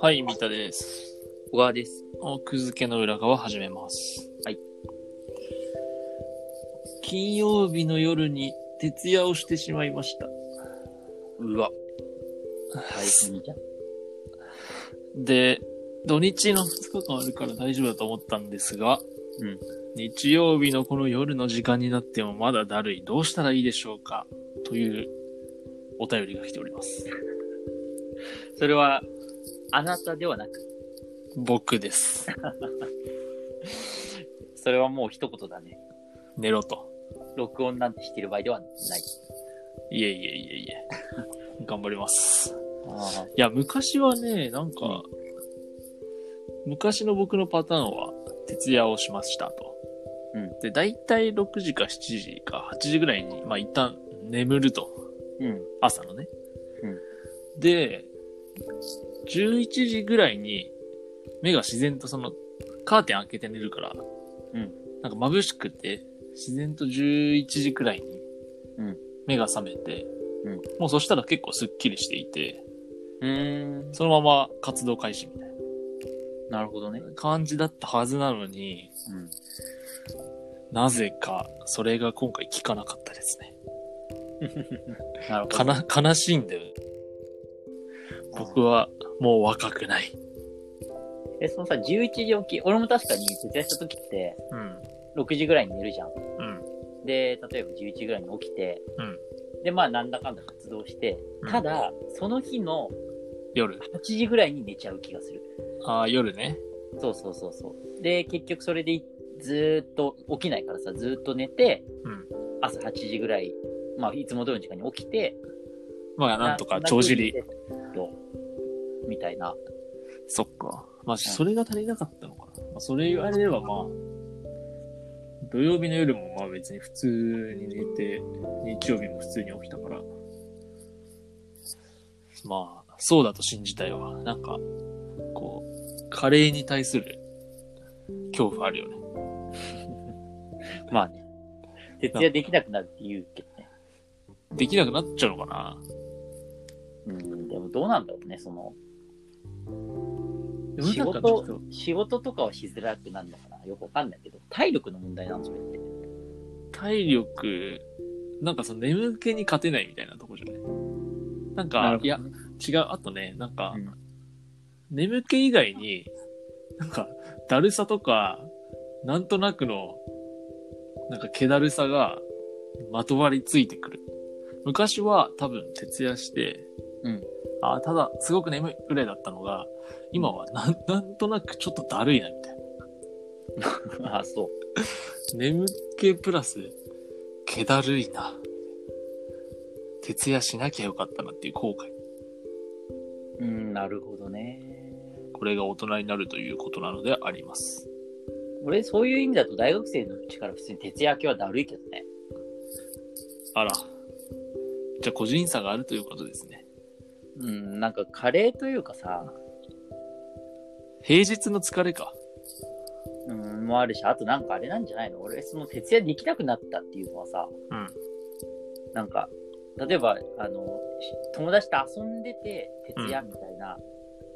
はい、三田です。小川です。奥付けの裏側始めます。はい。金曜日の夜に徹夜をしてしまいました。うわ。大変じゃん。で、土日の2日間あるから大丈夫だと思ったんですが、うん日曜日のこの夜の時間になってもまだだるい。どうしたらいいでしょうかというお便りが来ております。それは、あなたではなく、僕です。それはもう一言だね。寝ろと。録音なんてしてる場合ではない。いえいえいえいえ。頑張ります。あいや、昔はね、なんか、昔の僕のパターンは、徹夜をしましたと。うんで、だいたい6時か7時か8時ぐらいに、まあ一旦眠ると。うん。朝のね。で、11時ぐらいに、目が自然とその、カーテン開けて寝るから、うんなんか眩しくて、自然と11時くらいにうん、目が覚めて、うんもうそしたら結構スッキリしていて、うーん。そのまま活動開始みたいな。なるほどね。感じだったはずなのに、うん。なぜか、それが今回効かなかったですね。なるかほど。な、悲しいんだよね。僕は。は、もう若くない。え、そのさ、11時起き、俺も確かに徹夜した時って、うん。 6時ぐらいに寝るじゃん。うん。で、例えば11時ぐらいに起きて、うん。で、まあ、なんだかんだ活動して、ただ、その日の夜。 8時ぐらいに寝ちゃう気がする。ああ、夜ね。そうそうそうそう。で、結局それでいずーっと起きないからさ、ずーっと寝て、うん朝8時ぐらい、まあ、いつも通りの時間に起きて、まあ、なんとか、帳尻。。とみたいな。そっか。まあ、それが足りなかったのかな。まあ、それ言われれば、まあ、土曜日の夜も、まあ別に普通に寝て、日曜日も普通に起きたから。まあ、そうだと信じたいわ。なんか、こう、カレーに対する恐怖あるよね。まあね。徹夜できなくなるって言うけどね。できなくなっちゃうのかな。うん、でもどうなんだろうね、その、世仕の中の人事、仕事とかはしづらくなるのかなよくわかんないけど、体力の問題なんそれって。体力、なんかその眠気に勝てないみたいなとこじゃないなんか、いや、違う。あとね、なんか、うん眠気以外に、なんか、だるさとか、なんとなくの、なんか、気だるさが、まとわりついてくる。昔は多分徹夜して、うんあただ、すごく眠いぐらいだったのが、今はなん、 なんとなくちょっとだるいな、みたいな。あ、そう。眠気プラス、気だるいな。徹夜しなきゃよかったなっていう後悔。うん、なるほどね。これが大人になるということなのであります。俺、そういう意味だと大学生のうちから普通に徹夜明けはだるいけどね。あら。じゃあ個人差があるということですね。うん、なんかカレーというかさ、平日の疲れか。うん、もあるし、あとなんかあれなんじゃないの俺、その徹夜できなくなったっていうのはさ、うん。なんか、例えば、あの、し友達と遊んでて徹夜みたいな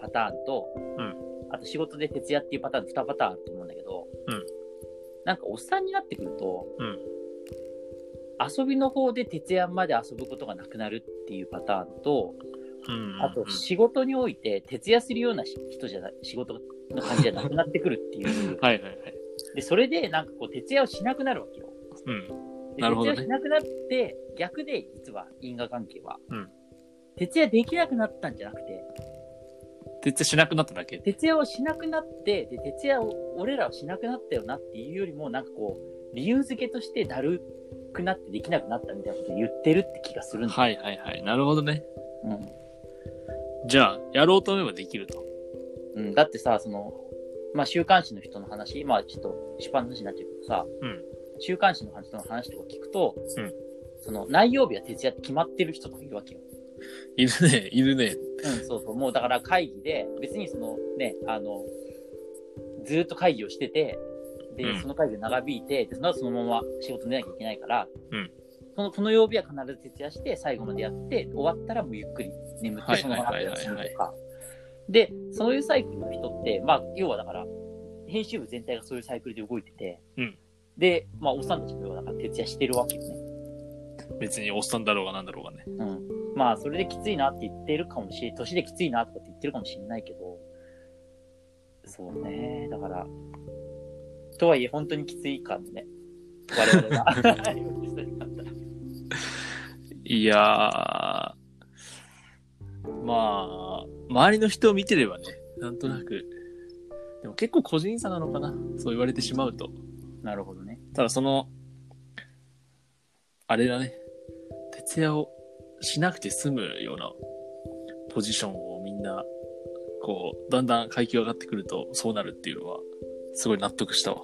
パターンと、うんあと仕事で徹夜っていうパターン、2パターンあると思うんだけど、うんなんかおっさんになってくると、うん遊びの方で徹夜まで遊ぶことがなくなるっていうパターンと、うん。あと仕事において徹夜するようなし人じゃない、仕事の感じじゃなくなってくるってい うはいはいはい。で、それでなんかこう徹夜をしなくなるわけよ。うん。でなるほどね徹夜しなくなって、逆で実は因果関係は、うん徹夜できなくなったんじゃなくて、徹夜しなくなっただけ。徹夜をしなくなって、で、徹夜を、俺らはしなくなったよなっていうよりも、なんかこう、理由付けとしてだるくなってできなくなったみたいなことを言ってるって気がするんだ。はいはいはい。なるほどね。うんじゃあ、やろうと思えばできると。うん、だってさ、その、まあ、週刊誌の人の話、まあ、ちょっと、出版の話になっちゃうけどさ、うん週刊誌の人の話とか聞くと、うんその、内容日は徹夜って決まってる人とかいるわけよ。いるね、いるね。うん、そうそう。もう、だから会議で、別にその、ね、あの、ずーっと会議をしてて、うで、んその会議が長引いて、で、その後そのまま仕事寝なきゃいけないから、うんこのこの曜日は必ず徹夜して最後までやって終わったらもうゆっくり眠っはていその後はいはいはいやするとかでそういうサイクルの人って、まあ、要はだから編集部全体がそういうサイクルで動いてて、うんで、まあ、おっさんたちも要はだから徹夜してるわけよね、別におっさんだろうがなんだろうがね。うん、まあそれできついなって言ってるかもしれない年できついなとかって言ってるかもしれないけどそうねだからとはいえ本当にきついからね我々 がいやー、まあ、周りの人を見てればね、なんとなく。でも結構個人差なのかな。そう言われてしまうと。なるほどねただその、あれだね。徹夜をしなくて済むようなポジションをみんな、こう、だんだん階級上がってくるとそうなるっていうのは、すごい納得したわ。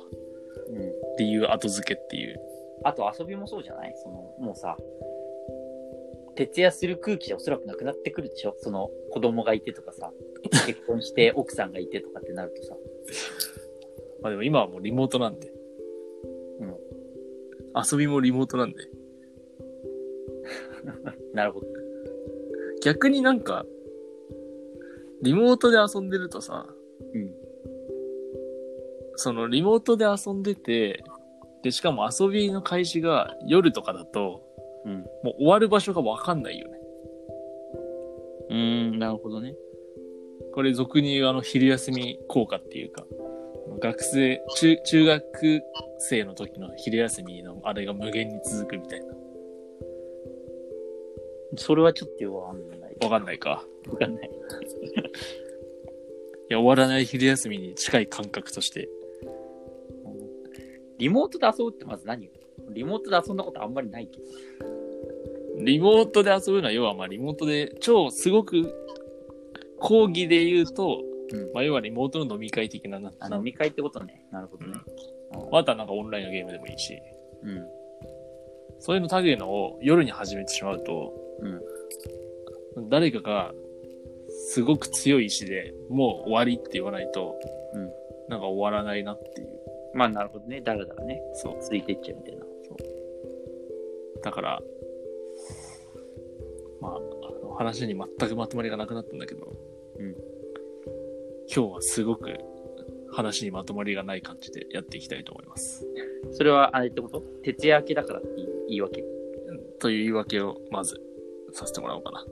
うん理由後付けっていう。あと遊びもそうじゃないその、もうさ、徹夜する空気じゃおそらくなくなってくるでしょその、子供がいてとかさ、結婚 して奥さんがいてとかってなるとさ。まあでも今はもうリモートなんで。うん遊びもリモートなんで。なるほど。逆になんか、リモートで遊んでるとさ、うん。そのリモートで遊んでて、で、しかも遊びの開始が夜とかだと、うん。もう終わる場所がわかんないよね。うん、なるほどね。これ俗に言うあの昼休み効果っていうか、学生、中、中学生の時の昼休みのあれが無限に続くみたいな。それはちょっとよくわかんない。わかんないか。わかんないい。や、終わらない昼休みに近い感覚として。リモートで遊ぶってまず何リモートで遊んだことあんまりないけど。リモートで遊ぶのは、要はまあリモートで、超すごく、講義で言うと、うんまあ要はリモートの飲み会的な、なあな飲み会ってことね。なるほどね。またなんかオンラインのゲームでもいいし、うん。そういうの類のを夜に始めてしまうと、うん。誰かが、すごく強い意志で、もう終わりって言わないと、うんなんか終わらないなっていう。まあ、なるほどね。だらだらね。そう。続いていっちゃうみたいな。だから、まあ、あの話に全くまとまりがなくなったんだけど、うん今日はすごく話にまとまりがない感じでやっていきたいと思います。それは、あれってこと徹夜明けだからって言い言い訳。という言い訳をまずさせてもらおうかな。